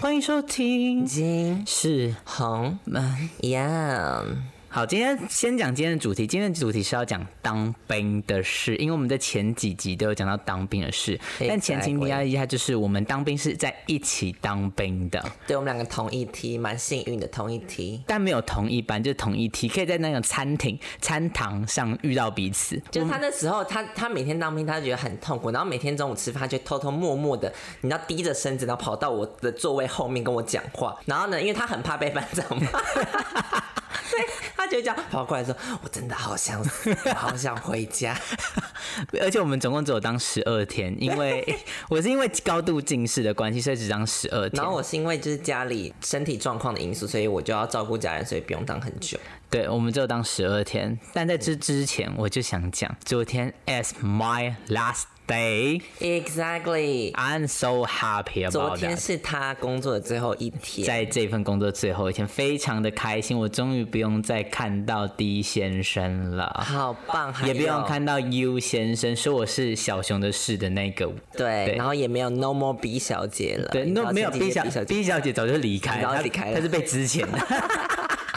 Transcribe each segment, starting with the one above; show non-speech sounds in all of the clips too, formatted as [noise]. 欢迎收听，金是红门。呀，好，今天先讲今天的主题。今天的主题是要讲当兵的事，因为我们在前几集都有讲到当兵的事， Exactly 但前情提要一下，就是我们当兵是在一起当兵的，对我们两个同一题，蛮幸运的同一题。但没有同一班，就是同一梯，可以在那个餐厅餐堂上遇到彼此。就是他那时候，他他每天当兵，他就觉得很痛苦，然后每天中午吃饭，他就偷偷摸摸的，你知道低着身子，然后跑到我的座位后面跟我讲话。然后呢，因为他很怕被班长骂，所以他就这样跑过来说：“我真的好想死，我好想回家。 [laughs] 而且我们总共只有当十二天，因为 [laughs] 我是因为高度近视的关系，所以只当十二”天。然后我是因为就是家里身体状况的因素，所以我就要照顾家人，所以不用当很久。对，我们只有当十二天，但在这之前，我就想讲，昨天 is my last day。 Exactly， I'm so happy 昨 about 天 that。是他工作的最后一天。在这份工作最后一天，非常的开心，我终于不用再看到 D 先生了，好棒，还也不用有看到 U 先生，说我是小熊的事的那个。对，对然后也没有 No More B 小姐了，对，哎你知道那没有前几 B 天小 B 小姐， B 小姐早就离开早了，就她离开了她是被之前 [laughs] 的。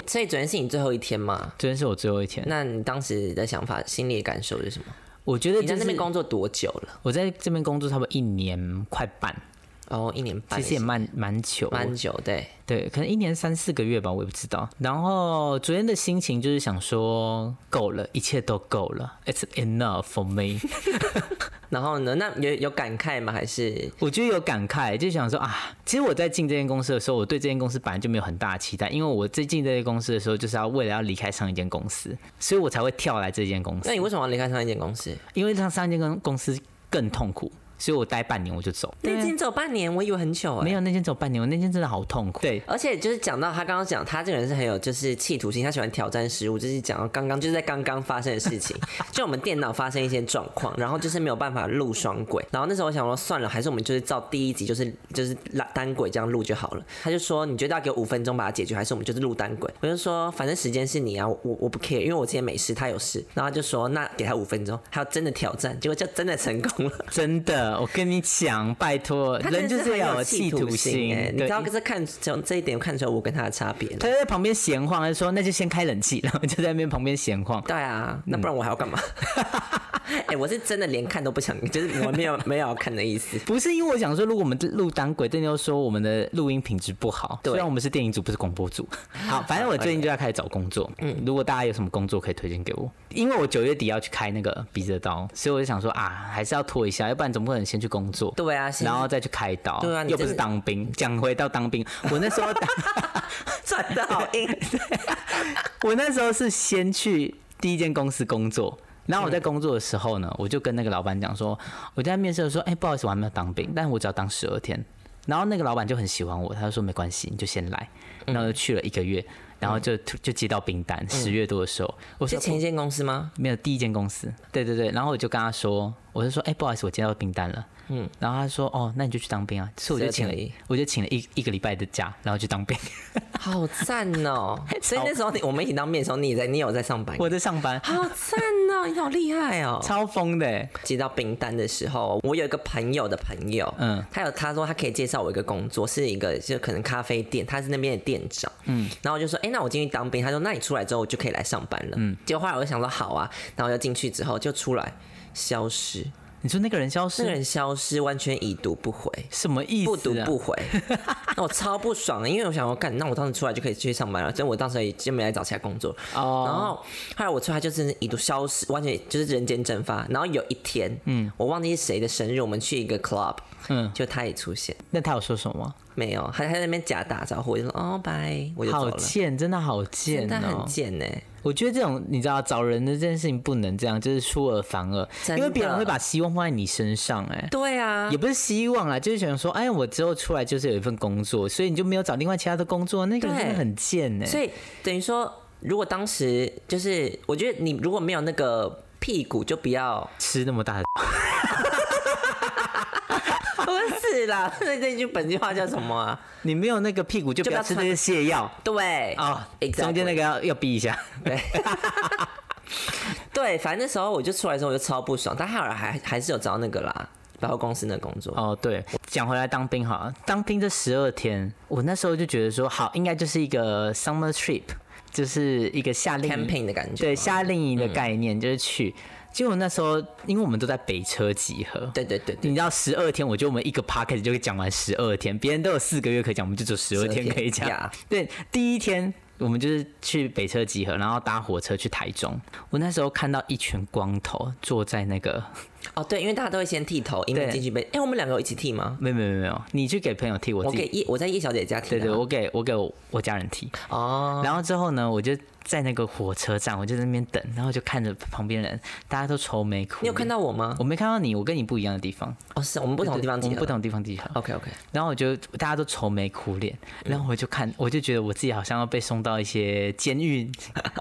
所以昨天是你最后一天嘛？昨天是我最后一天，那你当时的想法、心里的感受是什么？我觉得你在就那边是工作多久了？我在这边工作差不多一年快半，哦，一年半，其实也蛮蛮久，蛮久，对，对，可能一年三四个月吧，我也不知道。然后昨天的心情就是想说，够了，一切都够了，It's enough for [laughs] me 。然后呢？那有有感慨吗？还是我觉得有感慨，就想说啊，其实我在进这间公司的时候，我对这间公司本来就没有很大的期待，因为我在进这间公司的时候，就是要为了要离开上一间公司，所以我才会跳来这间公司那。你为什么要离开上一间公司？因为上上一间公公司更痛苦，所以我待半年我就走。啊那间走半年，我以为很久哎、没有那间走半年，我那间真的好痛苦。对，而且就是讲到他刚刚讲，他这个人是很有就是企图心，他喜欢挑战事物。就是讲到刚刚就是在刚刚发生的事 [laughs] 情，就我们电脑发生一些状况，然后就是没有办法录双轨。然后那时候我想说算了，还是我们就是照第一集就是就是拉单轨这样录就好了。他就说你觉得要给我五分钟把它解决，还是我们就是录单轨？我就说反正时间是你啊，我我不 care，因为我今天没事，他有事。然后他就说那给他五分钟，他要真的挑战，结果就真的成功了。真的，我跟你讲，拜托， [laughs] 他人真就的是很要有企企图图心心哎、你对知道这看从这一点看出来我跟他的差别了。他就在旁边闲晃，他就说那就先开冷气，然后就在那边旁边闲晃。对啊，那不然我还要干嘛？ [laughs] 哎、我是真的连看都不想，就是我没有没有要看的意思。不是因为我想说，如果我们录单轨，但又说我们的录音品质不好。虽然我们是电影组，不是广播 [laughs] 组。好，反正我最近就要开始找工作。嗯，如果大家有什么工作可以推荐给我，因为我九月底要去开那个鼻子的刀，所以我就想说啊，还是要拖一下，要不然总不可能先去工作。对啊，先然后再去开刀，对啊你又不是真的当兵。讲回到当兵，我那时候当， [laughs] 转的好硬，我那时候是先去第一间公司工作，然后我在工作的时候呢，我就跟那个老板讲说，我在面试的时候，哎、不好意思，我还没有当兵，但我只要当十二天。然后那个老板就很喜欢我，他就说没关系，你就先来。然后就去了一个月，然后就就接到兵单，十月多的时候，我是说哦前一间公司吗？没有第一间公司，对对对。然后我就跟他说，我就说，哎、不好意思，我接到订单了。嗯，然后他说，哦，那你就去当兵啊。所以我就请12天而了已，我就请了一一个礼拜的假，然后去当兵。好赞 [laughs] 哦、所以那时候你我们一起当面的时候，你也在，你有在上班？ [laughs] 我在上班，好赞哦、你好厉害哦、超疯的、欸。接到订单的时候，我有一个朋友的朋友，嗯嗯，他有他说他可以介绍我一个工作，是一个就可能咖啡店，他是那边的店长，嗯，然后我就说，哎、那我进去当兵，他说，那你出来之后我就可以来上班了，嗯，结果后来我就想说，好啊，然后我就进去之后就出来消失，你说那个人消失，那个人消失，完全已读不回，什么意思、啊？不读不回，那我超不爽的，因为我想要干，那我当时出来就可以去上班了，所以我当时也就没来找其他工作。哦然后后来我出来就是一度消失，完全就是人间蒸发。然后有一天，嗯，我忘记是谁的生日，我们去一个 club，嗯嗯，就他也出现，那他有说什么？没有，他他在那边假打招呼，我就说哦拜，我就走好了。贱，哦真的好贱但哦、很贱欸呢、我觉得这种你知道找人的这件事情不能这样，就是出尔反尔，真因的为别人会把希望放在你身上、哎。对啊也，不是希望啊，就是想说，哎，我之后出来就是有一份工作，所以你就没有找另外其他的工作，那个人对真的很贱哎呢、所以等于说，如果当时就是，我觉得你如果没有那个屁股，就 [laughs] 不要吃那么大的，不是啦， [laughs] 那这句本句话叫什么啊？你没有那个屁股就不就不要要吃这穿些泻药对啊。 ，exactly 中间那个要要避一下，对。对，反正那时候我就出来之后我就超不爽，但后来还还是有找到那个啦，百货公司那工作。哦，对，讲回来当兵好了，当兵这十二天，我那时候就觉得说，好，应该就是一个 summer trip，就是一个夏令营 camping 的感觉，对，夏令营的概念、就是去。结果那时候，因为我们都在北车集合，对对对对，你知道十二天，我觉得我们一个 p o c a s t 就可以讲完十二天，别人都有四个月可以讲，我们就只有十二天可以讲。呀对，第一天我们就是去北车集合，然后搭火车去台中。我那时候看到一群光头坐在那个，哦对，因为大家都会先剃头，因为对进去被，哎、我们两个有一起剃吗？没有没有没有没有，你去给朋友剃，我我自己给叶，我在叶小姐家剃对的啊。对，我给我给我我家人剃。哦，然后之后呢，我就在那个火车站，我就在那边等，然后就看着旁边人，大家都愁眉苦脸。你有看？到我吗？我没看到你，我跟你不一样的地方，哦，是我们不同地方我集们合不。同地方集合。 OK OK， [laughs] 然后我就大家都愁眉苦脸，嗯然后我就看，我就觉得我自己好像要被送到一些监 [laughs] 狱，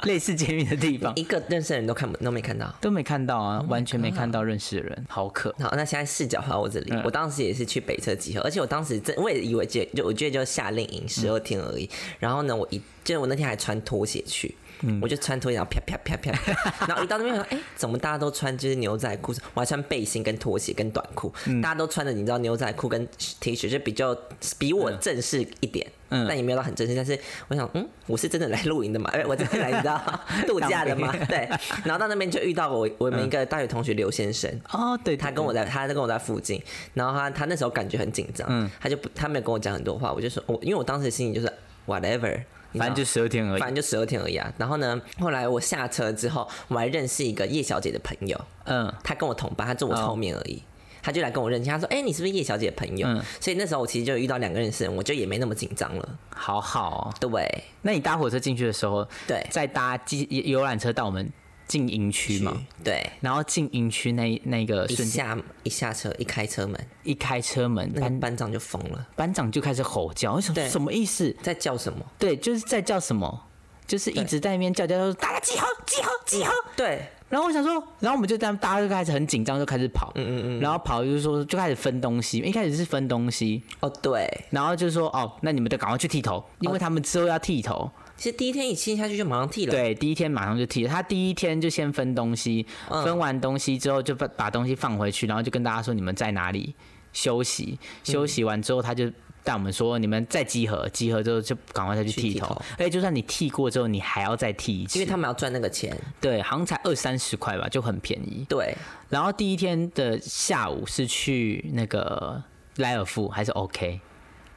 类似监狱的地方，一个认识的人都看不都没看到。都没看到啊，完全没看到认识的人，好渴。好，那现在视角回到我这里，我当时也是去北车集合，而且我当时真我也以为这就我觉得就夏令营十二天而已，然后呢，我一就是我那天还穿拖鞋去。我就穿拖鞋，然后啪啪啪啪啪，然后一到那边，我想，哎、怎么大家都穿就是牛仔裤？我还穿背心、跟拖鞋、跟短裤，大家都穿的你知道牛仔裤跟 T 恤，就比较比我正式一点，嗯但也没有到很正式。但是我想，嗯，我是真的来露营的嘛？哎、我真的来你知道 [laughs] 度假的嘛？对。然后到那边就遇到我我们一个大学同学刘先生，哦，对，他跟我在，他跟我在附近，然后他他那时候感觉很紧张，嗯他就不他没有跟我讲很多话，我就说，我因为我当时心里就是 whatever，你知道反正就十二天而已反。正就十二天而已啊。然后呢，后来我下车之后，我还认识一个叶小姐的朋友，嗯，她跟我同班，她坐我哦后面而已。她就来跟我认识，她说：“哎、你是不是叶小姐的朋友？”嗯所以那时候我其实就遇到两个认识的人，我就也没那么紧张了。好好、哦。对那你搭火车进去的时候，对再搭机游览车到我们进营区嘛，对，然后进营区那那个一瞬间，下一下车一开车门，一开车门，那个班班长就疯了，班长就开始吼叫，我想对什么意思？在叫什么？对，就是在叫什么，就是一对直在那边叫叫叫，大家集合集合集合。对，然后我想说，然后我们就这样，大家就开始很紧张，就开始跑，嗯嗯嗯，然后跑就是说就开始分东西，一开始是分东西，哦对，然后就说哦，那你们得赶快去剃头，因为他们之后要剃头。其实第一天一亲下去就马上剃了。对，第一天马上就剃了，他第一天就先分东西，分完东西之后就把把东西放回去，然后就跟大家说你们在哪里休息，休息完之后他就。带我们说，你们再集合，集合之后就赶快再去去剃剃头头。而且就算你剃过之后，你还要再剃一次，因为他们要赚那个钱，对，好像才二三十块吧，就很便宜。对，然后第一天的下午是去那个莱尔富还是 OK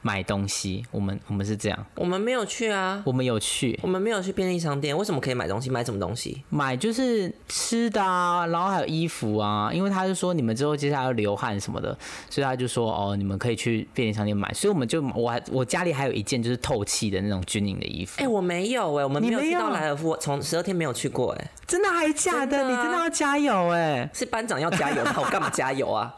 买东西，我们我们是这样，我们没有去啊，我们有去我们没有去便利商店，为什么可以买东西？买什么东西？买就是吃的啊，然后还有衣服啊，因为他就说你们之后接下来要流汗什么的，所以他就说哦，你们可以去便利商店买，所以我们就我还我家里还有一件就是透气的那种军营的衣服，哎、我没有哎、我们没有你没去有到莱尔夫，我从十二天没有去过哎、真的还假的？真的啊你真的要加油哎、是班长要加 [laughs] 油，那我干嘛加油啊？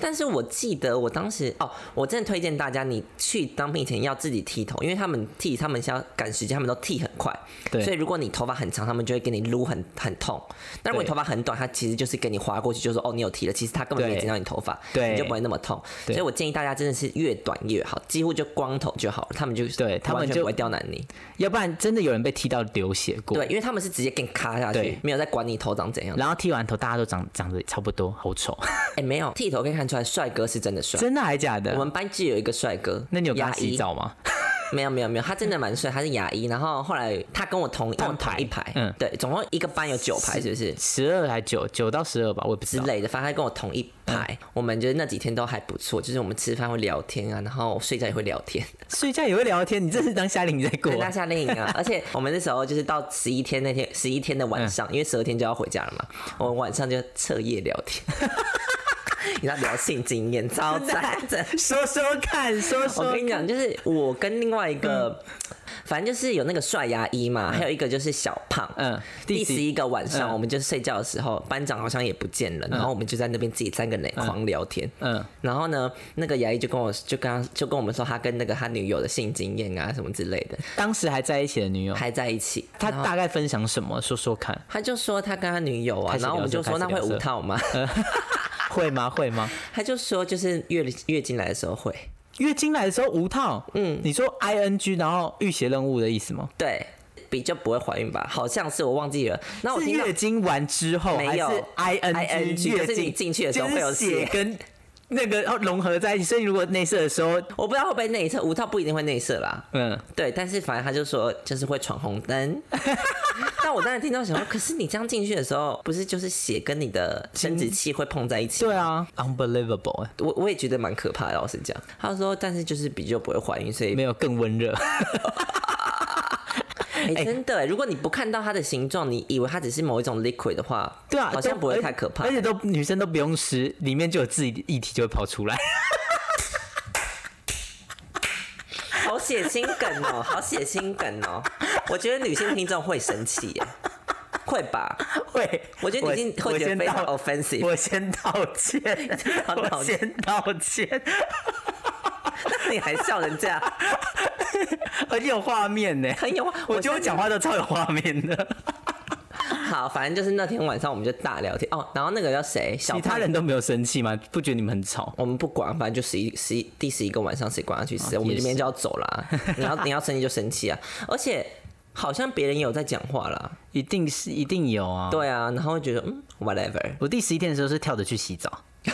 但是我记得我当时哦，我真的推荐大家，你去当兵以前要自己剃头，因为他们剃，他们是要赶时间，他们都剃很快。对所以如果你头发很长，他们就会给你撸很很痛。那如果你对头发很短，他其实就是给你划过去，就说哦你有剃了，其实他根本没对剪到你头发，对你就不会那么痛。对所以我建议大家真的是越短越好，几乎就光头就好了，他们就对他们完全就不会刁难你。要不然真的有人被踢到流血过。对，因为他们是直接给你卡下去对，没有在管你头长怎样。然后剃完头，大家都长长得差不多，好丑，哎、没有剃头可以看出来，帅哥是真的帅。真的还假我的？们班就有一个帅哥，那你有给他牙洗医？澡吗？没有没有没有，他真的蛮帅，他是牙医。然后后来他跟我同他们同一排，嗯对，总共一个班有九排，是不是？十二还九九到十二吧，我也不知之道。类的，反正他跟我同一排，我们就是那几天都还不错，就是我们吃饭会聊天啊，然后睡觉也会聊天，睡觉也会聊天，你这是当夏令营在过对，？大夏令营啊。而且我们那时候就是到十一天那天，十一天的晚上，因为十二天就要回家了嘛，我们晚上就彻夜聊天， [laughs] 你知道聊性经验，超赞，真的说说看，说嗯说我跟你讲，就是我跟另外一个，反正就是有那个帅牙医嘛，还有一个就是小胖。嗯，第第十十一一个晚上，嗯我们就是睡觉的时候，班长好像也不见了，然后我们就在那边自己三个人狂聊天。嗯，然后呢，那个牙医就跟我就跟他就跟我们说，他跟那个他女友的性经验啊什么之类的，当时还在一起的女友，还在一起。她大概分享什么？说说看， [laughs] 他就说他跟他女友啊开，始然后我们就聊色说那开会始聊嗯色无套吗？会吗？会吗？ [laughs] 他就说就是月月经来的时候会。月经来的时候无套，嗯，你说 I N G，然后浴血任务的意思吗？对，比较不会怀孕吧？好像是我忘记了。那我是哦听到月经完之后，没还是有 I N G ING 月就是你经进去的时候就是会有血血跟那个哦融合在一起，所以如果内射的时候， [laughs] 我不知道会不会内射，五套不一定会内射啦。嗯，对，但是反正他就说就是会闯红 [laughs] 灯。但我当时听到想说，可是你这样进去的时候，不是就是血跟你的生殖器会碰在一起？对啊，unbelievable，哎我我也觉得蛮可怕的，老实讲。他说，但是就是比较不会怀孕，所以没有更温 [laughs] 热，哎、真的、如果你不看到它的形状，你以为它只是某一种 liquid 的话，对啊，啊哎好像都不会而太可怕而。且都女生都不用湿，里面就有自己的液体就会跑 [laughs] 出来。好血腥梗哦、好血腥梗哦、我觉得女性听众会生气耶，会吧？会，我觉得女性会觉得非常我 offensive，我先道歉 [laughs] 好我道歉先道歉，你还笑人家？而且有画面呢。很有，我觉得我真的讲话都超有画面的，好，反正就是那天晚上我们就大聊天哦，然后那个叫谁？小其他胖人都没有生气吗？不觉得你们很吵？我们不管，反正就十一十一第十一个晚上，谁管他去死？我们哦也这边是就要走 [laughs] 啦。你要你要生气就生气啊！而且好像别人也有在讲话啦，一定是一定有啊。，对啊，然后会觉得嗯，whatever， [laughs] 我第十一天的时候是跳着去洗澡，哎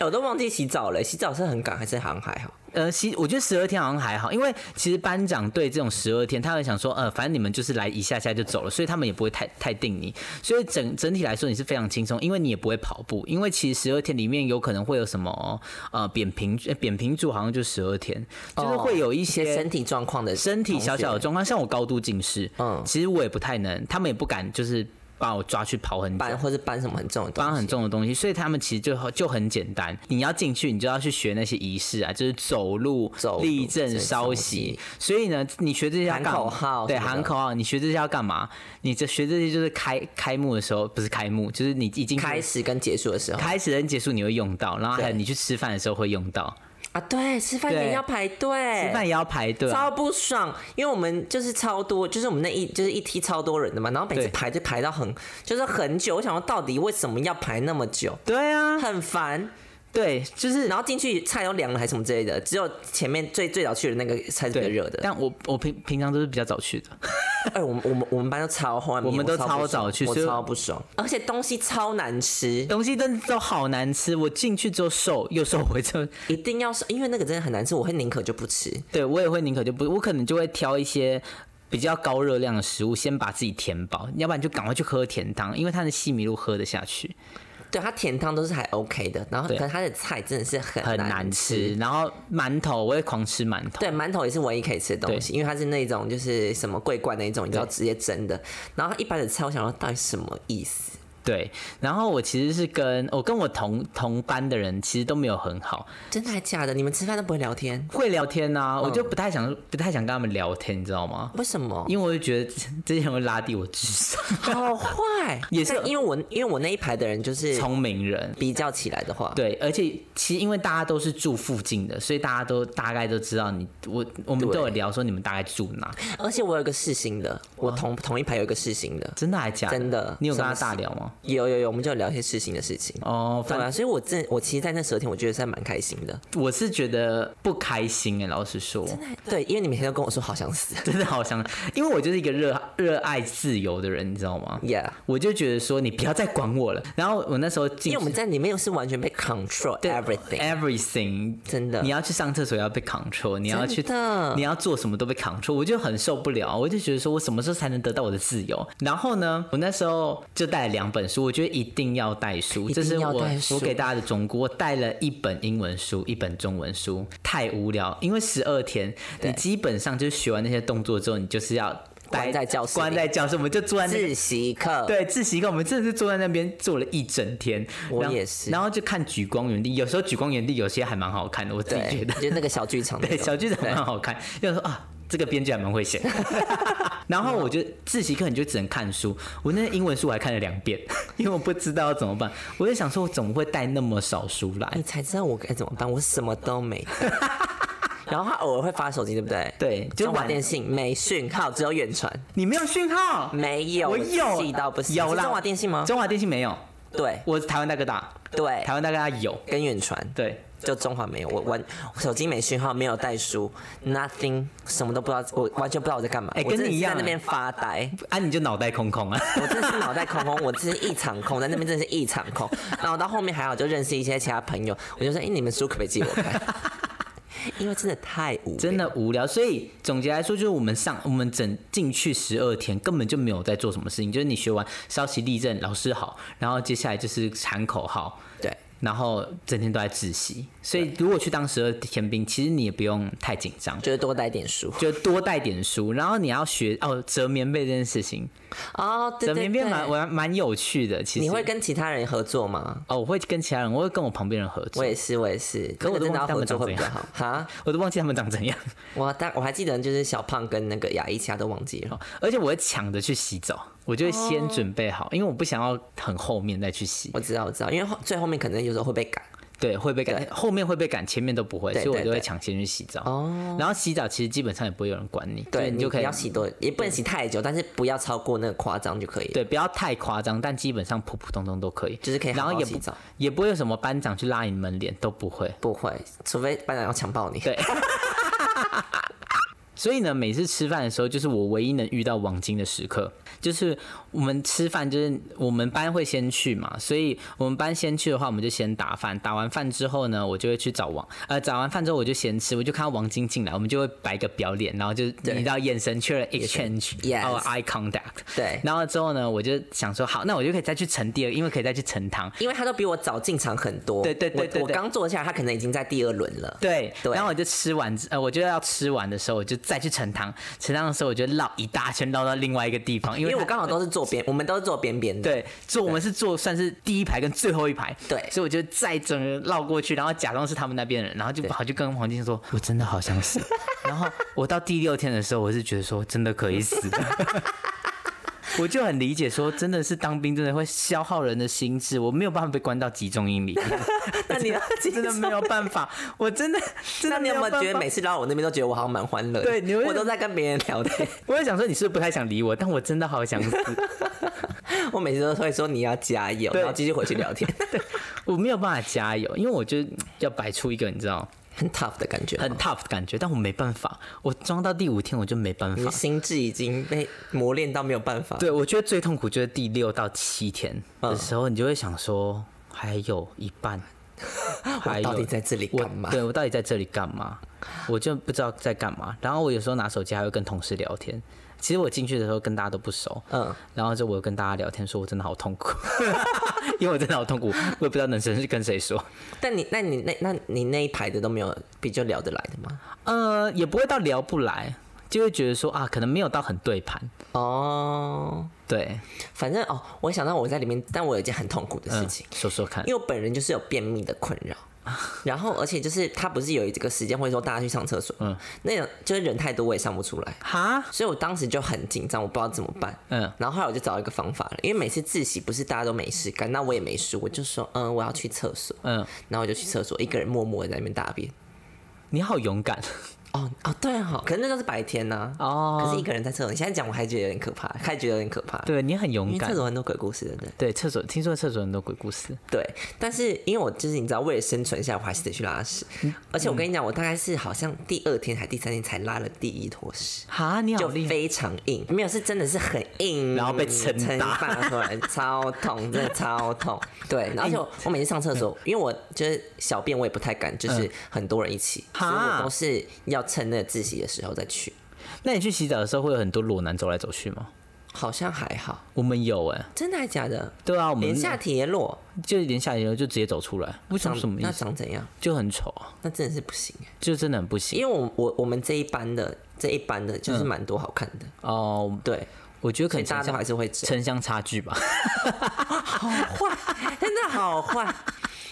我都忘记洗澡了。洗澡是很赶还是很还好？呃，洗我觉得十二天好像还好，因为其实班长对这种十二天，他会想说，呃，反正你们就是来一下下就走了，所以他们也不会太太定你，所以整整体来说你是非常轻松，因为你也不会跑步，因为其实十二天里面有可能会有什么呃扁平呃扁平足，好像就十二天，就是会有一哦一些些身体状况的身体小小的同学状况，像我高度近视，嗯嗯，其实我也不太能，他们也不敢就是把我抓去跑很久。搬或是搬什么很重的东西搬很重的东西，所以他们其实就就很简单。你要进去，你就要去学那些仪式啊，就是走路、走路立正、正稍息息。所以呢，你学这些要喊干嘛口号对，什么的喊口号。你学这些要干嘛？你这学这些就是开开幕的时候，不是开幕，就是你已经开始跟结束的时候开始跟结束你会用到，然后还有对你去吃饭的时候会用到，啊，对，吃饭也对要排队，吃饭也要排队啊。超不爽，因为我们就是超多，就是我们那一就是一梯超多人的嘛，然后每次对排队排到很就是很久，我想说到底为什么要排那么久，对啊，很烦。对，就是然后进去菜都凉了还是什么之类的，只有前面最最早去的那个才是比较对热的。但我我平平常都是比较早去的，哎，我们我们我们班都超后面，我们都不超早爽去我所以超不爽，而且东西超难吃，东西真的都好难吃。我进去之后瘦又瘦回之后，一定要是因为那个真的很难吃，我会宁可就不吃。对我也会宁可就不，我可能就会挑一些比较高热量的食物，先把自己填饱，要不然就赶快去喝甜汤，因为它的西米露喝得下去，对，它甜汤都是还 OK 的，然后可对是它的菜真的是很很难难吃。然后馒头我会狂吃馒头，对，馒头也是唯一可以吃的东西，因为它是那种就是什么桂冠那一种，你知道直接蒸的。然后它一般的菜，我想说到底什么意思？对。然后我其实是跟我跟我同同班的人其实都没有很好，真的还假的？你们吃饭都不会聊天？会聊天呐、我就不太想不太想跟他们聊天，你知道吗？为什么？因为我就觉得这些人会拉低我智商，好坏也是但因为我因为我那一排的人就是聪明人。比较起来的话，对，而且其实因为大家都是住附近的，所以大家都大概都知道你我我们都有聊说你们大概住哪，而且我有一个世新的，我同同一排有一个世新的，真的还假的？真的你有跟什他么事大聊吗？有有有，我们就聊一些事情的事情。哦，对反啊，所以我真我其实，在那十二天，我觉得是还蛮开心的。我是觉得不开心哎、老实说，对，因为你每天都跟我说好想死真的好想，因为我就是一个热热爱自由的人，你知道吗？ ，Yeah，我就觉得说你不要再管我了。然后我那时候因进为我们在里面又是完全被 control everything， everything 真的你要去上厕所要被 control，你要去真的你要做什么都被 control，我就很受不了，我就觉得说我什么时候才能得到我的自由？然后呢，我那时候就带了两本书，我觉得一定要带书，一这定是要我带书我给大家的忠告。我带了一本英文书，一本中文书，太无聊，因为十二天，你基本上就是学完那些动作之后，你就是要关待在教室里关在教室，我们就坐在那边自习课，对，自习课我们真的是坐在那边坐了一整天，我然后也是然后就看《举光原地》，有时候《举光原地》有些还蛮好看的，我自己觉对，得，就那个小剧场那种，对，小剧场蛮好看，就说啊，这个编剧还蛮会写。 [laughs] [laughs] 然后我就自习课你就只能看书，我那英文书我还看了两遍，因为我不知道要怎么办，我就想说我怎么会带那么少书来哎你？才知道我该怎么办，我什么都没带。然后他偶尔会发手机，对不对？对就是中华晚电嗯信没讯号，只有远传，你没有讯号？没有，我有气到不行。有是啦中华电信吗？哎中华电信没有，对我台湾大哥大，对，台湾大哥大有，跟远传对，就中华没有，我完我手机没讯号，没有带书，nothing，什么都不知道，我完全不知道我在干嘛。哎我跟真的你是一样在那哎边发呆，啊，你就脑袋空 [laughs] 空啊，我真的是脑袋空空，我真是一场空，在那边真的是一场空。然后到后面还好，就认识一些其他朋友，我就说，哎、你们书可不可以借我看？ [laughs] 因为真的太无聊，真的无聊。所以总结来说，就是我们上我们整进去十二天，根本就没有在做什么事情，就是你学完稍息立正，老师好，然后接下来就是喊口号，对。然后整天都在自习。所以如果去当十二天兵，其实你也不用太紧张。就是多带点书就多带点书，然后你要学哦折棉被这件事情，哦，对折对棉被，对蛮蛮蛮有趣的。其实你会跟其他人合作吗？哦，我会跟其他人，我会跟我旁边人合作，我也是，我也是，可我都真的忘记要他们合作长会比怎较样好哈。我都忘记他们长怎样，我但我还记得就是小胖跟那个雅一，其他都忘记了。 [laughs] 而且我会抢着去洗澡，我就会哦先准备好，因为我不想要很后面再去洗，我知道，我知道，因为后最后面可能有时候会被赶。对，会被赶，后面会被赶，前面都不会，对所以我对都会对抢先去洗澡。哦，然后洗澡其实基本上也不会有人管你，对嗯你就可以要洗多，也不能洗太久，但是不要超过那个夸张就可以了。对，不要太夸张，但基本上普普通通都可以，就是可以好然后好也洗不澡也不会有什么班长去拉你们脸，都不会。不会，除非班长要强暴你。对所以呢，每次吃饭的时候，就是我唯一能遇到王晶的时刻，就是我们吃饭，就是我们班会先去嘛，所以我们班先去的话，我们就先打饭，打完饭之后呢，我就会去找王，呃，找完饭之后我就先吃，我就看到王晶进来，我们就会摆个表脸，然后就是你知道眼神确认 exchange Yes our eye contact，对然后之后呢，我就想说好，那我就可以再去盛第二，因为可以再去盛汤，因为他都比我早进场很多。对对对我对我对刚坐下，他可能已经在第二轮了。对，对然后我就吃完之，呃，我就要吃完的时候，我就再去盛汤，盛汤的时候我就绕一大圈，绕到另外一个地方，因因为为我它呃刚好都是坐边，我们都是坐边边的。对，坐我们是坐算是第一排跟最后一排，对所以我就再整个绕过去，然后假装是他们那边的人，然后就跑去跟黄金说，我真的好想 [laughs] 死。然后我到第六天的时候，我是觉得说真的可以死的。[laughs] [laughs] 我就很理解说，真的是当兵真的会消耗人的心智，我没有办法被关到集中营里面， [laughs] 那你要 [laughs] 真的没有办法，我真的真 [laughs] 的那你没有没有办觉得法每次到我那边都觉得我好像蛮欢乐的？对你会我都在跟别人 [laughs] 聊天， [laughs] 我也想说，你是不是不太想理我？但我真的好想死， [laughs] 我每次都会说你要加油，对然后继续回去聊 [laughs] 天，我没有办法加油，因为我就要摆出一个你知道很 tough 的感觉。很 tough 的感觉，但我没办法，我装到第五天我就没办你法的。心智已经被磨练到没有办法。对，我觉得最痛苦就是第六到七天嗯的时候，你就会想说，还有一 [laughs] 半，还有到底在这里我干嘛对我到底在这里干嘛？我就不知道在干嘛。然后我有时候拿手机还会跟同事聊天。其实我进去的时候跟大家都不熟，嗯，然后就我跟大家聊天，说我真的好痛苦， [laughs] 因为我真的好痛苦，我也不知道能是跟谁说。但你那你那那你那一排的都没有比较聊得来的吗？呃，也不会到聊不来，就会觉得说啊，可能没有到很对盘。哦，对，反正哦，我想到我在里面，但我有一件很痛苦的事嗯，啊情，说说看因。为我本人就是有便秘的困扰。然后，而且就是他不是有这个时间会说大家去上厕所，嗯，那种就是人太多我也上不出来，哈，所以我当时就很紧张，我不知道怎么办。嗯，然后后来我就找到一个方法了，因为每次自习不是大家都没事干，那我也没事，我就说嗯我要去厕所，嗯，然后我就去厕所，一个人默默的在那边大便。你好勇敢哦哦对哈、哦，可是那都是白天呐、可哦，是一个人在厕所，你现在讲我还觉得有点可怕，开始觉得有点可怕。，对你很勇因为敢厕。所很多鬼故事，对不对？对，厕所听说厕所很多鬼故事，对，但是因为我就是你知道，为了生存下来，我还是得去拉屎。嗯而且我跟你讲，我大概是好像第二天还第三天才拉了第一坨屎。哈，你好就厉害。非常硬，没有是真的是很硬，然后被撑大撑大出来，超痛，真的超痛。对，而哎且我我每次上厕所，嗯因为我就是小便我也不太敢，就是很多人一起，所哈以我都是要趁那个自习的时候再去。那你去洗澡的时候会有很多裸男走来走去吗？好像还好，我们有哎、真的还假的？对啊，我们连下体也裸，就连下游就直接走出来，为什长么什么那意思？长怎样？就很丑啊，那真的是不行，就真的很不行因为我我我们这一班的这一班的就是蛮多好看的，哦。对，我觉得可嗯所能以城大家都乡还是会吃。城乡差距吧。 [laughs] 真的好坏。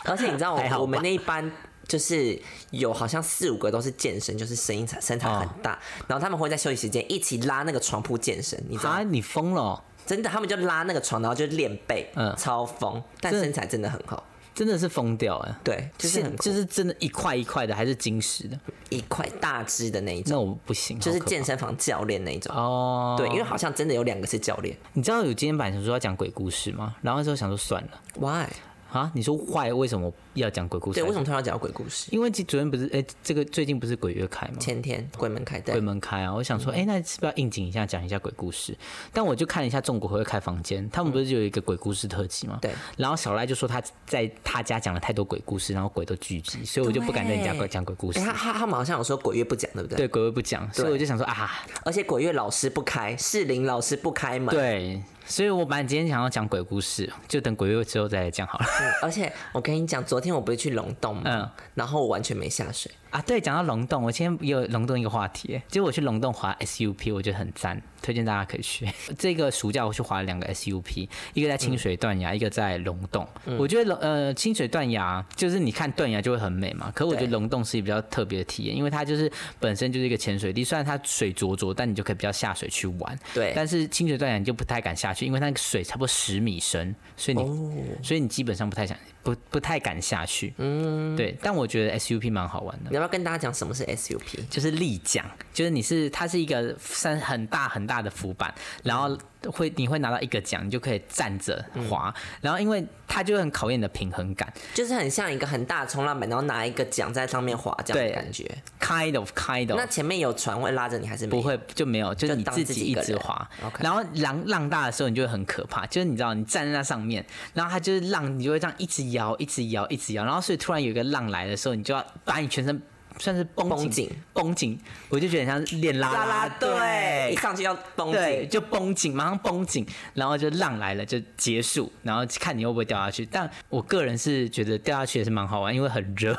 而且你知道还好吧我我们那一班就是有好像四五个都是健身，就是声音身材很大，然后他们会在休息时间一起拉那个床铺健身，你知道 [laughs] 吗？啊，你疯了哦、真的，他们就拉那个床，然后就练背，嗯超疯，但这身材真的很好。真的是疯掉哎、对，就是现很就就是是真的一块一块的，还是晶石的，一块大只的那一种，那我不行，就是好可怕健身房教练那一种。哦。对，因为好像真的有两个是教练。你知道有今天版想说要讲鬼故事吗？然后那时候想说算了 Why？啊，你说坏为什么要讲鬼故事？对，为什么？突然要讲到鬼故事？因为其昨天不是哎、这个最近不是鬼月开吗？前天鬼门开鬼灯，门开啊！我想说，哎、那是不是要应景一下，讲一下鬼故事？但我就看了一下中国会开房间，他们不是就有一个鬼故事特辑吗？对。然后小赖就说他在他家讲了太多鬼故事，然后鬼都聚集，所以我就不敢在你家对讲鬼故事哎。他他他们好像有说鬼月不讲，对不对？对，鬼会不讲，所以我就想说啊，而且鬼月老师不开，士林老师不开门。对，所以我本来今天想要讲鬼故事，就等鬼月之后再来讲好了。嗯而且我跟你讲，昨天我不是去龙洞嗯吗？然后我完全没下水。啊，对，讲到龙洞，我今天也有龙洞一个话题耶，就是我去龙洞滑 SUP，我觉得很赞，推荐大家可以去。 [laughs] 这个暑假我去滑了两个 SUP，一个在清水断崖，一个在龙洞。我觉得龙呃清水断崖就是你看断崖就会很美嘛，可我觉得对龙洞是一个比较特别的体验，因为它就是本身就是一个潜水地，虽然它水浊浊，但你就可以比较下水去玩。对但是清水断崖你就不太敢下去，因为那个水差不多十米深，所以你、所以你基本上不太想不不太敢下去。嗯，对。但我觉得 SUP 蛮好玩的你。要不要跟大家讲什么是 SUP？就是立桨，就是你是它是一个山很大很大的浮板，然后会你会拿到一个桨，你就可以站着滑，然后因为它就很考验你的平衡感就是很像一个很大的冲浪板，然后拿一个桨在上面划这样的对感觉。 ，kind of kind of 那。前面有船会拉着你，还是没有不？会就没有，就是就你当自自己己一一个直人滑 OK，然后浪浪大的时候你就会很可怕，就是你知道你站在那上面，然后它就是浪，你就会这样一直摇，一直摇，一直摇，然后所以突然有一个浪来的时候，你就要把你全身算是绷绷紧紧，绷紧，我就觉得很像练啦啦啦队啊一上去要绷啊对，紧，就绷紧，马上绷紧，然后就浪来了就结束，然后看你会不会掉下去。但我个人是觉得掉下去也是蛮好玩，因为很热。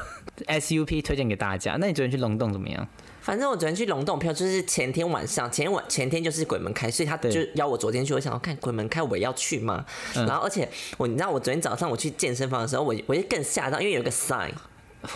SUP 推荐给大家。那你昨天去龙洞怎么样？反正我昨天去龙洞票，就是前天晚上，前晚前天就是鬼门开，所以他对嗯就邀我昨天去。我想要看鬼门开，我也要去嘛。然后而且我，你知道我昨天早上我去健身房的时候，我我就更吓到，因为有一个 sign，嗯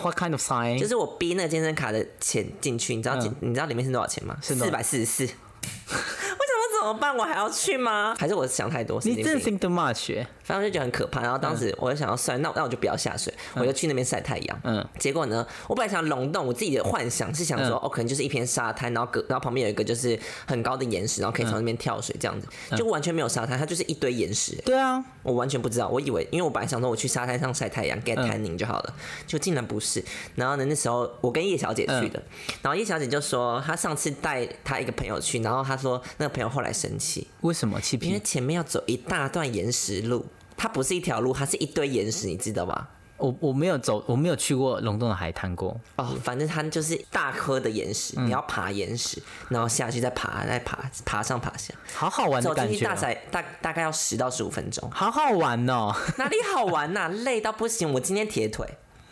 What kind of sign？就是我逼那个健身卡的钱进去，你知道、嗯你知道里面是多少钱吗？是四多少百四十四。我想 [laughs] 说怎么办？我还要去吗？还是我想太多？神你经真的嗯 think 病 too much 欸、反正我就觉得很可怕。然后当时我就想要算，那那我就不要下水，我就去那边晒太阳。嗯嗯，结果呢，我本来想龙洞，我自己的幻想是想说，哦，可能就是一片沙滩，然后隔然后旁边有一个就是很高的岩石，然后可以从那边跳水这样子，结果完全没有沙滩，它就是一堆岩石。对啊，我完全不知道，我以为，因为我本来想说我去沙滩上晒太阳 get tanning 就好了，就竟然不是。然后呢，那时候我跟叶小姐去的，然后叶小姐就说她上次带她一个朋友去，然后她说那个朋友后来生气，为什么气因为皮？前面要走一大段岩石路，它不是一条路，它是一堆岩石，你知道吧？我我没有走，我没有去过龙洞的海滩过。哦，反正它就是大颗的岩石，嗯你要爬岩石，然后下去再爬，再爬，爬上爬下，好好玩的走感进去觉大哦、，概大大概要十到十五分钟 [laughs] 好好玩哦！ [laughs] 哪里好玩呐、累到不行，我今天铁腿，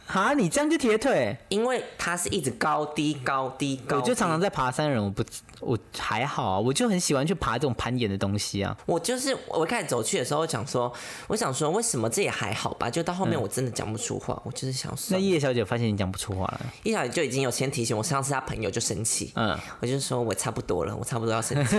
啊，你这样就铁腿，因为它是一直高低高低高低我就常常在爬山的人，我不我还好啊，我就很喜欢去爬这种攀岩的东西啊。我就是我一开始走去的时候，我想说，我想说为什么这也还好吧，就到后面我真的讲不出话，我就是想嗯那说，叶小姐发现你讲不出话来，一小姐就已经有先提醒我，上次她朋友就生气，嗯，我就说我差不多了，我差不多要生 [laughs] 气。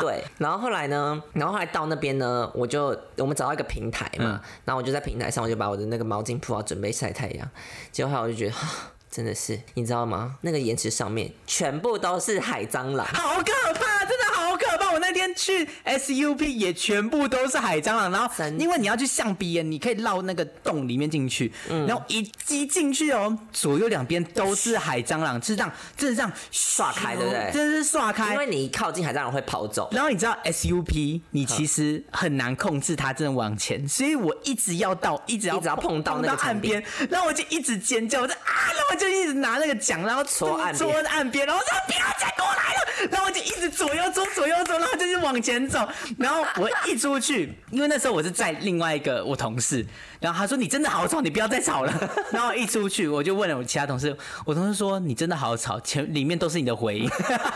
对，然后后来呢，然后后来到那边呢，我就我们找到一个平台嗯嘛，然后我就在平台上，我就把我的那个毛巾铺好，准备晒太阳。结果后来我就觉得，啊真的是，你知道吗？那个岩池上面全部都是海蟑螂。好可怕，真的好可怕！我那天去 SUP 也全部都是海蟑螂，然后真因为你要去象鼻岩，你可以绕那个洞里面进去，嗯然后一击进去哦，左右两边都是海蟑螂，是这样，真的这样刷开对不对真的是刷因开。为你一靠近海蟑螂会跑走，然后你知道 SUP，你其实很难控制它真的往前，所以我一直要到，一直要一直要碰到那个碰岸墙壁边，然后我就一直尖叫，我就啊，然后我就一直拿那个桨，然后戳岸边戳岸边，然后我说不要再过来了，然后我就一直左右走左右走，然后就是往前走，然后我一出去，因为那时候我是在另外一个我同事，然后他说你真的好吵，你不要再吵了， [laughs] 然后一出去我就问了我其他同事，我同事说你真的好吵，前里面都是你的回音，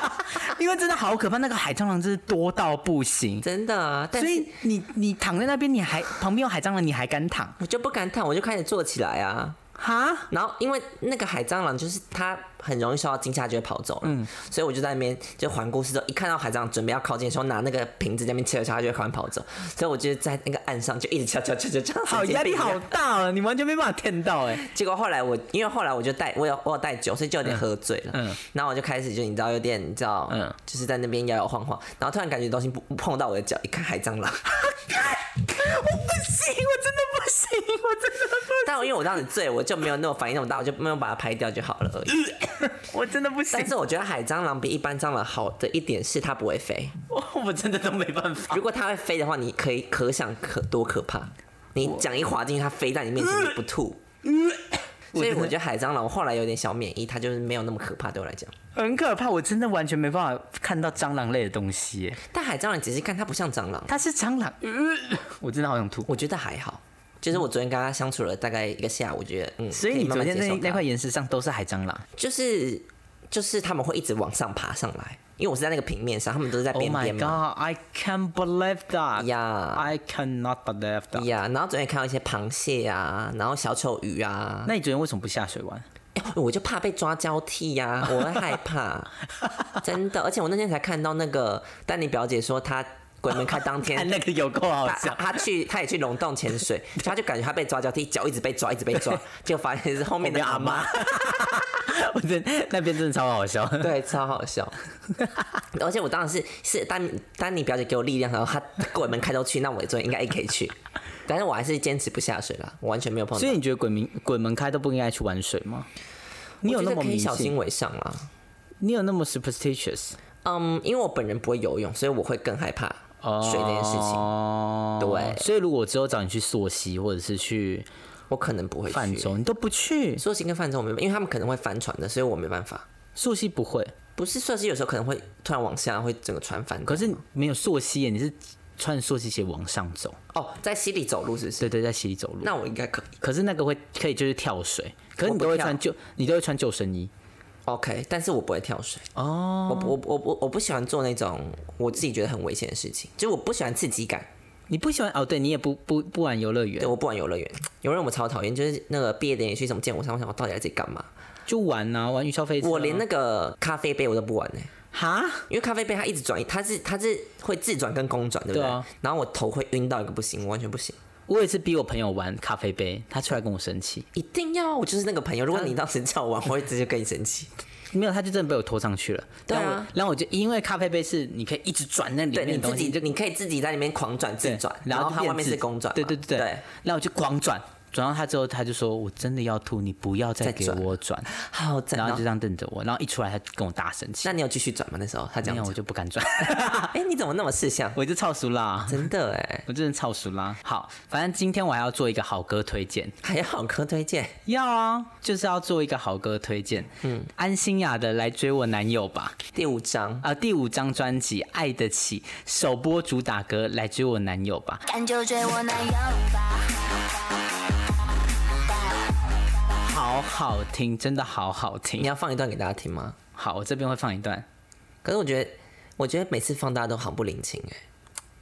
[laughs] 因为真的好可怕，那个海蟑螂真是多到不行。真的啊！但所是以你你躺在那边，你还旁边有海蟑螂，你还敢躺？我就不敢躺，我就开始坐起来啊。哈，然后因为那个海蟑螂就是它很容易受到惊吓就会跑走了，嗯，所以我就在那边就环顾四周，一看到海蟑螂准备要靠近的时候，拿那个瓶子在那边敲一敲，它就会快跑走，所以我就在那个岸上就一直敲敲敲敲敲，好压力好大哦，你完全没办法骗到哎、结果后来我，因为后来我就带我有我有带酒，所以就有点喝醉了。嗯嗯然后我就开始就你知道有点你知道，嗯就是在那边摇摇晃晃，然后突然感觉东西不碰到我的脚，一看海蟑螂。我不行，我真的不行，我真的但因为我当时醉，我就没有那种反应那么大，我就没有把它拍掉就好了而已。不，我真的不行但，是我觉得海蟑螂比一般蟑螂好的一点是它不会飞，我我真的都没办法。如果它会飞的话，你可以可想可多可怕。你讲一滑进去，它飞在你面前你不吐。呃所以我觉得海蟑螂我后来有点小免疫，它就是没有那么可怕对我来讲。很可怕，我真的完全没办法看到蟑螂类的东西哎耶。但海蟑螂仔细看，它不像蟑螂。它是蟑螂，呃我真的好想吐。我觉得还好，就是我昨天跟他相处了大概一个下午，我觉得嗯，所以可你慢昨慢天接那受那它块岩石上都是海蟑螂就是就是他们会一直往上爬上来，因为我是在那个平面上，他们都是在，Oh 边 my 边嘛。 god! I can't believe that. 呀 I cannot believe that. 呀然后昨天看到一些螃蟹啊，然后小丑鱼啊，那你昨天为什么不下水玩？哎、我就怕被抓交替呀、我会害怕，真的。而且我那天才看到那个丹尼表姐说她鬼门开当天 [laughs] 看 [laughs] 那个有够好他笑。他去，他也去龙洞潜水，他就感觉他被抓交替，脚一直被抓，一直被抓，就发现是后面的阿妈， [laughs] 我真那边真的超好笑。对，超好笑。而且我当然是是丹丹尼表姐给我力量，然后她鬼门开都去，那我昨天应该也可以去，但是我还是坚持不下水了，我完全没有碰到。所以你觉得鬼门鬼门开都不应该去玩水吗？你有我觉那么得可以迷小心信？为上啦。你有那么 superstitious？嗯，因为我本人不会游泳，所以我会更害怕水这件事情。哦对所以如果我之后找你去溯溪，或者是去我可能不会泛去。舟，你都不去，溯溪跟泛舟我没办法，因为他们可能会翻船的，所以我没办法。溯溪不会。不是溯溪有时候可能会突然往下，会整个船翻掉。可是没有溯溪耶，你是穿溯溪鞋往上走，哦，在溪里走路是不是？对对，在溪里走路。那我应该可以。可是那个会可以就是跳水，可是你都我不会跳穿救，你都会穿救生衣 OK，但是我不会跳水。哦。我不我不我不我不喜欢做那种我自己觉得很危险的事情，就是我不喜欢刺激感。你不喜欢哦？对你也不不不玩游乐园对，，我不玩游乐园，游乐园我超讨厌，就是那个毕业典礼去什么建国山，我想我到底来这里干嘛？就玩啊，玩云霄飞车啊。我连那个咖啡杯我都不玩欸呢、哈，因为咖啡杯它一直转，它是它是会自转跟公转，对不对？对啊然后我头会晕到一个不行，我完全不行。我也是逼我朋友玩咖啡杯，他出来跟我生气，一定要，我就是那个朋友。如果你当时叫我玩，我会直接跟你 [laughs] 生气。没有他就真的被我拖上去了。对啊然后我然后我就因为咖啡杯是你可以一直转那里对，面你的自东西，己你就你可以自己在里面狂转自转，然然后后它外面是公公转嘛。对对对对，然后我就狂转，转到他之后，他就说我真的要吐，你不要再再给转我转，好赞然后哦就这。样瞪着我，然后一出来他就跟我大生气那，你有继续转吗？那时候他这没有样子我，就不 [laughs] 敢转，哎、你怎么那么识相？我就超熟啦。真的哎，我真的超熟啦！好，反正今天我还要做一个好歌推荐，还有好歌推荐，要啊，就是要做一个好歌推荐。嗯，安心雅的《来追我男友吧》第五章。啊、第五张专辑《爱得起》首播主打歌《来追我男友吧》。敢就追我男友吧。好好听，真的好好你听。要放一段给大家听吗？好，我这边会放一段。可是我觉得，我觉得每次放大家都好不领情哎，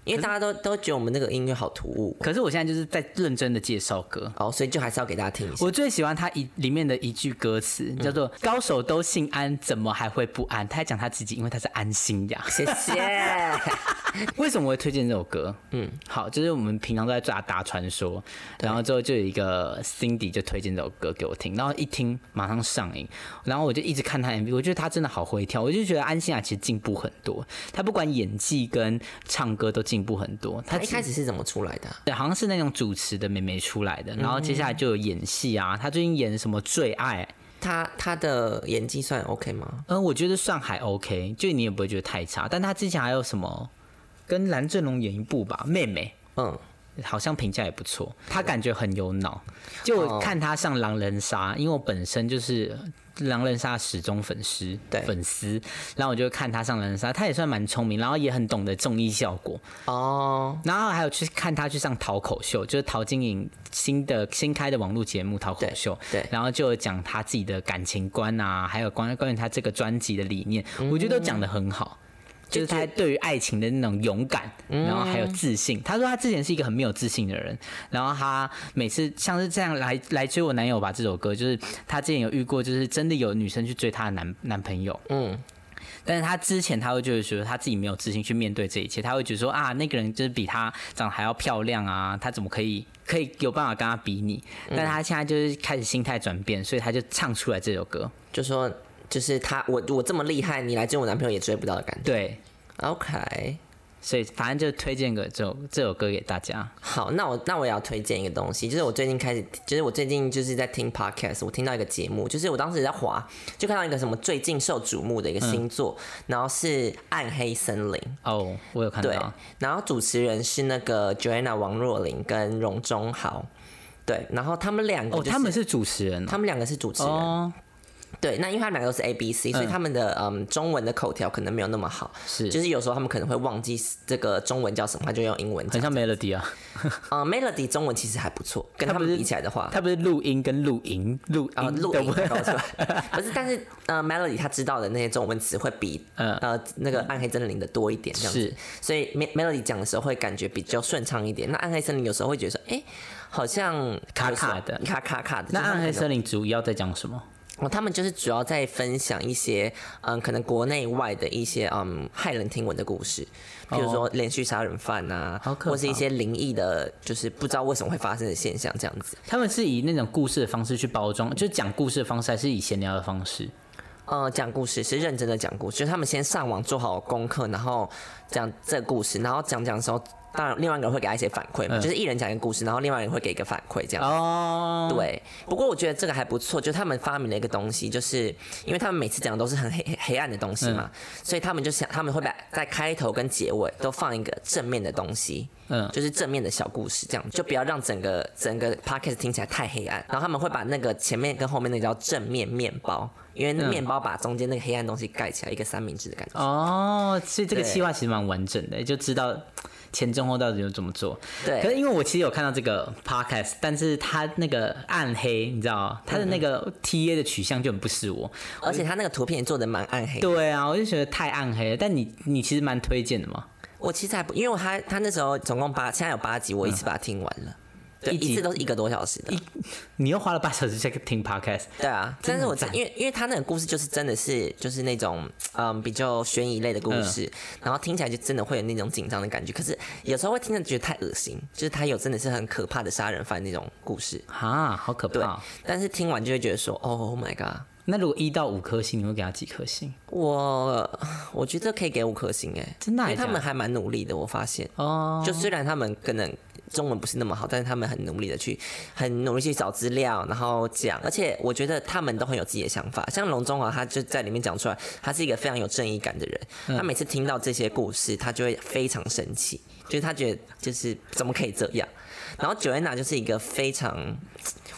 因为大家都都觉得我们那个音乐好突兀可是我现在就是在认真的介绍歌。哦，所以就还是要给大家听一下。我最喜欢他一里面的一句歌词，叫做“高手都姓安，怎么还会不安？”他还讲他自己，因为他是安心呀。谢 [laughs] 谢。为什么我会推荐这首歌？嗯，好，就是我们平常都在打打传说，然后之后就有一个 Cindy 就推荐这首歌给我听，然后一听马上上瘾，然后我就一直看他 MV，我觉得他真的好会跳，我就觉得安心雅啊其实进步很多，她不管演技跟唱歌都进步很多，她他一开始是怎么出来的啊、对，好像是那种主持的妹妹出来嗯的，然后接下来就有演戏啊，她最近演什么《最爱》，他他的演技算 OK 吗？嗯，我觉得算还 OK，就你也不会觉得太差，但她之前还有什么跟蓝正龙演一部吧，《妹妹》。嗯，好像评价也不错，他感觉很有脑。哦就我看他上狼人杀，因为我本身就是狼人杀始终粉丝，对粉丝，然后我就看他上狼人杀，他也算蛮聪明，然后也很懂得综艺效果，哦，然后还有去看他去上淘口秀，就是陶晶莹新的新开的网络节目淘口秀，对对然后就有讲他嗯自己的感情观啊，还有关关于他这个专辑的理念，我觉得都讲得很好。就是他对嗯于爱情的那种勇敢，然后还有自信。他说他之前是一个很没有自信的人，然后他每次像是这样来来追我男友吧这首歌，就是他之前有遇过，就是真的有女生去追她的男男朋友，嗯，但是他之前他会觉得说他自己没有自信去面对这一切，他会觉得说啊，那个人就是比他长得还要漂亮啊，他怎么可以可以有办法跟他比拟？但他现在就是开始心态转变，所以他就唱出来这首歌。就说就是他我我这么厉害，你来追我男朋友也追不到的感觉。对， OK，所以反正就推荐个这首这首歌给大家。好，那我那我也要推荐一个东西，就是我最近开始，就是我最近就是在听 podcast，我听到一个节目，就是我当时在滑，就看到一个什么最近受瞩目的一个星座，然后是暗黑森林，哦，我有看对到，，然后主持人是那个 Joanna 王若琳跟荣忠豪，对，然后他们两个、哦，就是他们是主持人哦他们两个是主持人，哦，对，那因为他们两个都是 A B C，所以他们的嗯中文的口条可能没有那么好，是就是有时候他们可能会忘记这个中文叫什么，他就用英文很像讲。Melody 啊，啊、m e l o d y 中文其实还不错，跟他他不们是比起来的话，他不是录音跟录音录啊，音录的音问搞错， [laughs] 不是，但是呃，Melody 他知道的那些中文词会比嗯呃那个暗黑森林的多一点，这样子是，所以 Me- Melody 讲的时候会感觉比较顺畅一点。那暗黑森林有时候会觉得说，哎、好像卡卡的有时候卡卡卡的。 [laughs] 那暗黑森林，林主要在讲什么？哦，他们就是主要在分享一些嗯，可能国内外的一些嗯骇人听闻的故事，比如说连续杀人犯哦啊，好可或是一怕些灵异的，就是不知道为什么会发生的现象这样子。他们是以那种故事的方式去包装，就讲故事的方式，还是以闲聊的方式？呃，讲故事是认真的讲故事，就是他们先上网做好功课，然后讲这故事，然后讲讲的时候，当然另外一个人会给他一些反馈嗯嘛，就是一人讲一个故事，然后另外一个人会给一个反馈这样。哦，对，不过我觉得这个还不错，就他们发明了一个东西，就是因为他们每次讲的都是很黑黑黑暗的东西嘛，嗯所以他们就想他们会把在开头跟结尾都放一个正面的东西，嗯就是正面的小故事，这样就不要让整个整个 podcast 听起来太黑暗。然后他们会把那个前面跟后面那个叫正面面包，因为那面包把中间那个黑暗东西盖起来，一个三明治的感觉。哦，所以这个对计划其实蛮完整的，就知道前中后到底有怎么做。对可是因为我其实有看到这个 podcast，但是他那个暗黑，你知道吗，他的那嗯个 TA 的取向就很不是我。而且它那个图片也做的蛮暗黑的。对啊，我就觉得太暗黑了。但你你其实蛮推荐的嘛，我其实还不，因为我他他那时候总共八，现在有八集，我一次把它听完了。对，嗯一集一次都是一个多小时的。你又花了八小时在听 podcast，对啊，但是我真因为因为他那个故事就是真的是就是那种嗯比较悬疑类的故事，嗯然后听起来就真的会有那种紧张的感觉，可是有时候会听着觉得太恶心，就是他有真的是很可怕的杀人犯那种故事，啊，好可对，怕哦。但是听完就会觉得说，Oh my god，那如果一到五颗星，你会给他几颗星？我我觉得可以给五颗星哎、真的因还为假的他们还蛮努力的，我发现。哦，就虽然他们可能中文不是那么好，但是他们很努力的去，很努力去找资料，然后讲，而且我觉得他们都很有自己的想法。像龙中华，他就在里面讲出来，他是一个非常有正义感的人。嗯他每次听到这些故事，他就会非常生气，就是他觉得就是怎么可以这样。然后 Joanna 就是一个非常，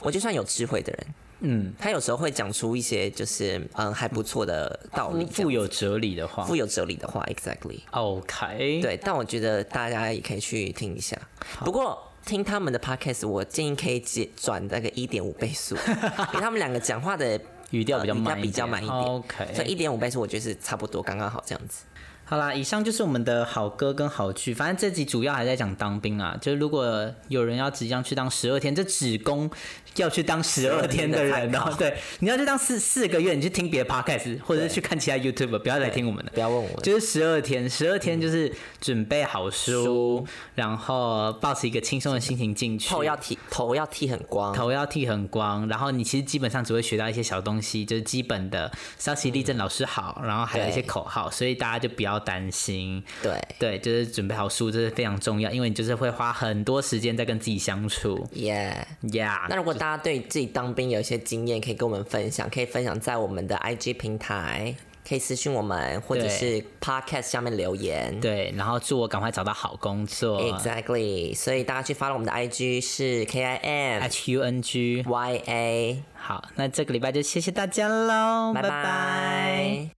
我就算有智慧的人。嗯，他有时候会讲出一些就是嗯还不错的道理，富有哲理的话富有哲理的话，exactly。 ，OK，， [laughs] 对，但我觉得大家也可以去听一下。不过听他们的 podcast，我建议可以解转那个一点五倍 [laughs] 速，因为他们两个讲话的语调比较呃慢一点比较慢一点。 OK 所以一点五倍速我觉得是差不多，刚刚好这样子。好啦，以上就是我们的好歌跟好剧。反正这集主要还在讲当兵啊，就是如果有人要即将去当十二天，这只供要去当十二天的人12天的参哦考。对，你要去当四四个月，你去听别的 podcast，或者是去看其他 YouTube，不要来听我们的。不要问我嗯就是十二天，十二天就是准备好书，然后抱持一个轻松的心情进去。头要剃，头要剃很光。头要剃很光，然后你其实基本上只会学到一些小东西，就是基本的稍息立正老师好，然后还有一些对口号，所以大家就不要担心。对对，就是准备好书，这是非常重要，因为你就是会花很多时间在跟自己相处。耶。Yeah Yeah，那如果大家对自己当兵有一些经验，可以跟我们分享，可以分享在我们的 IG 平台，可以私信我们，或者对是 Podcast 下面留言。对，然后祝我赶快找到好工作。 Exactly，所以大家去 follow 我们的 IG 是 K I M H U N G， Y A，好，那这个礼拜就谢谢大家喽，拜拜拜拜。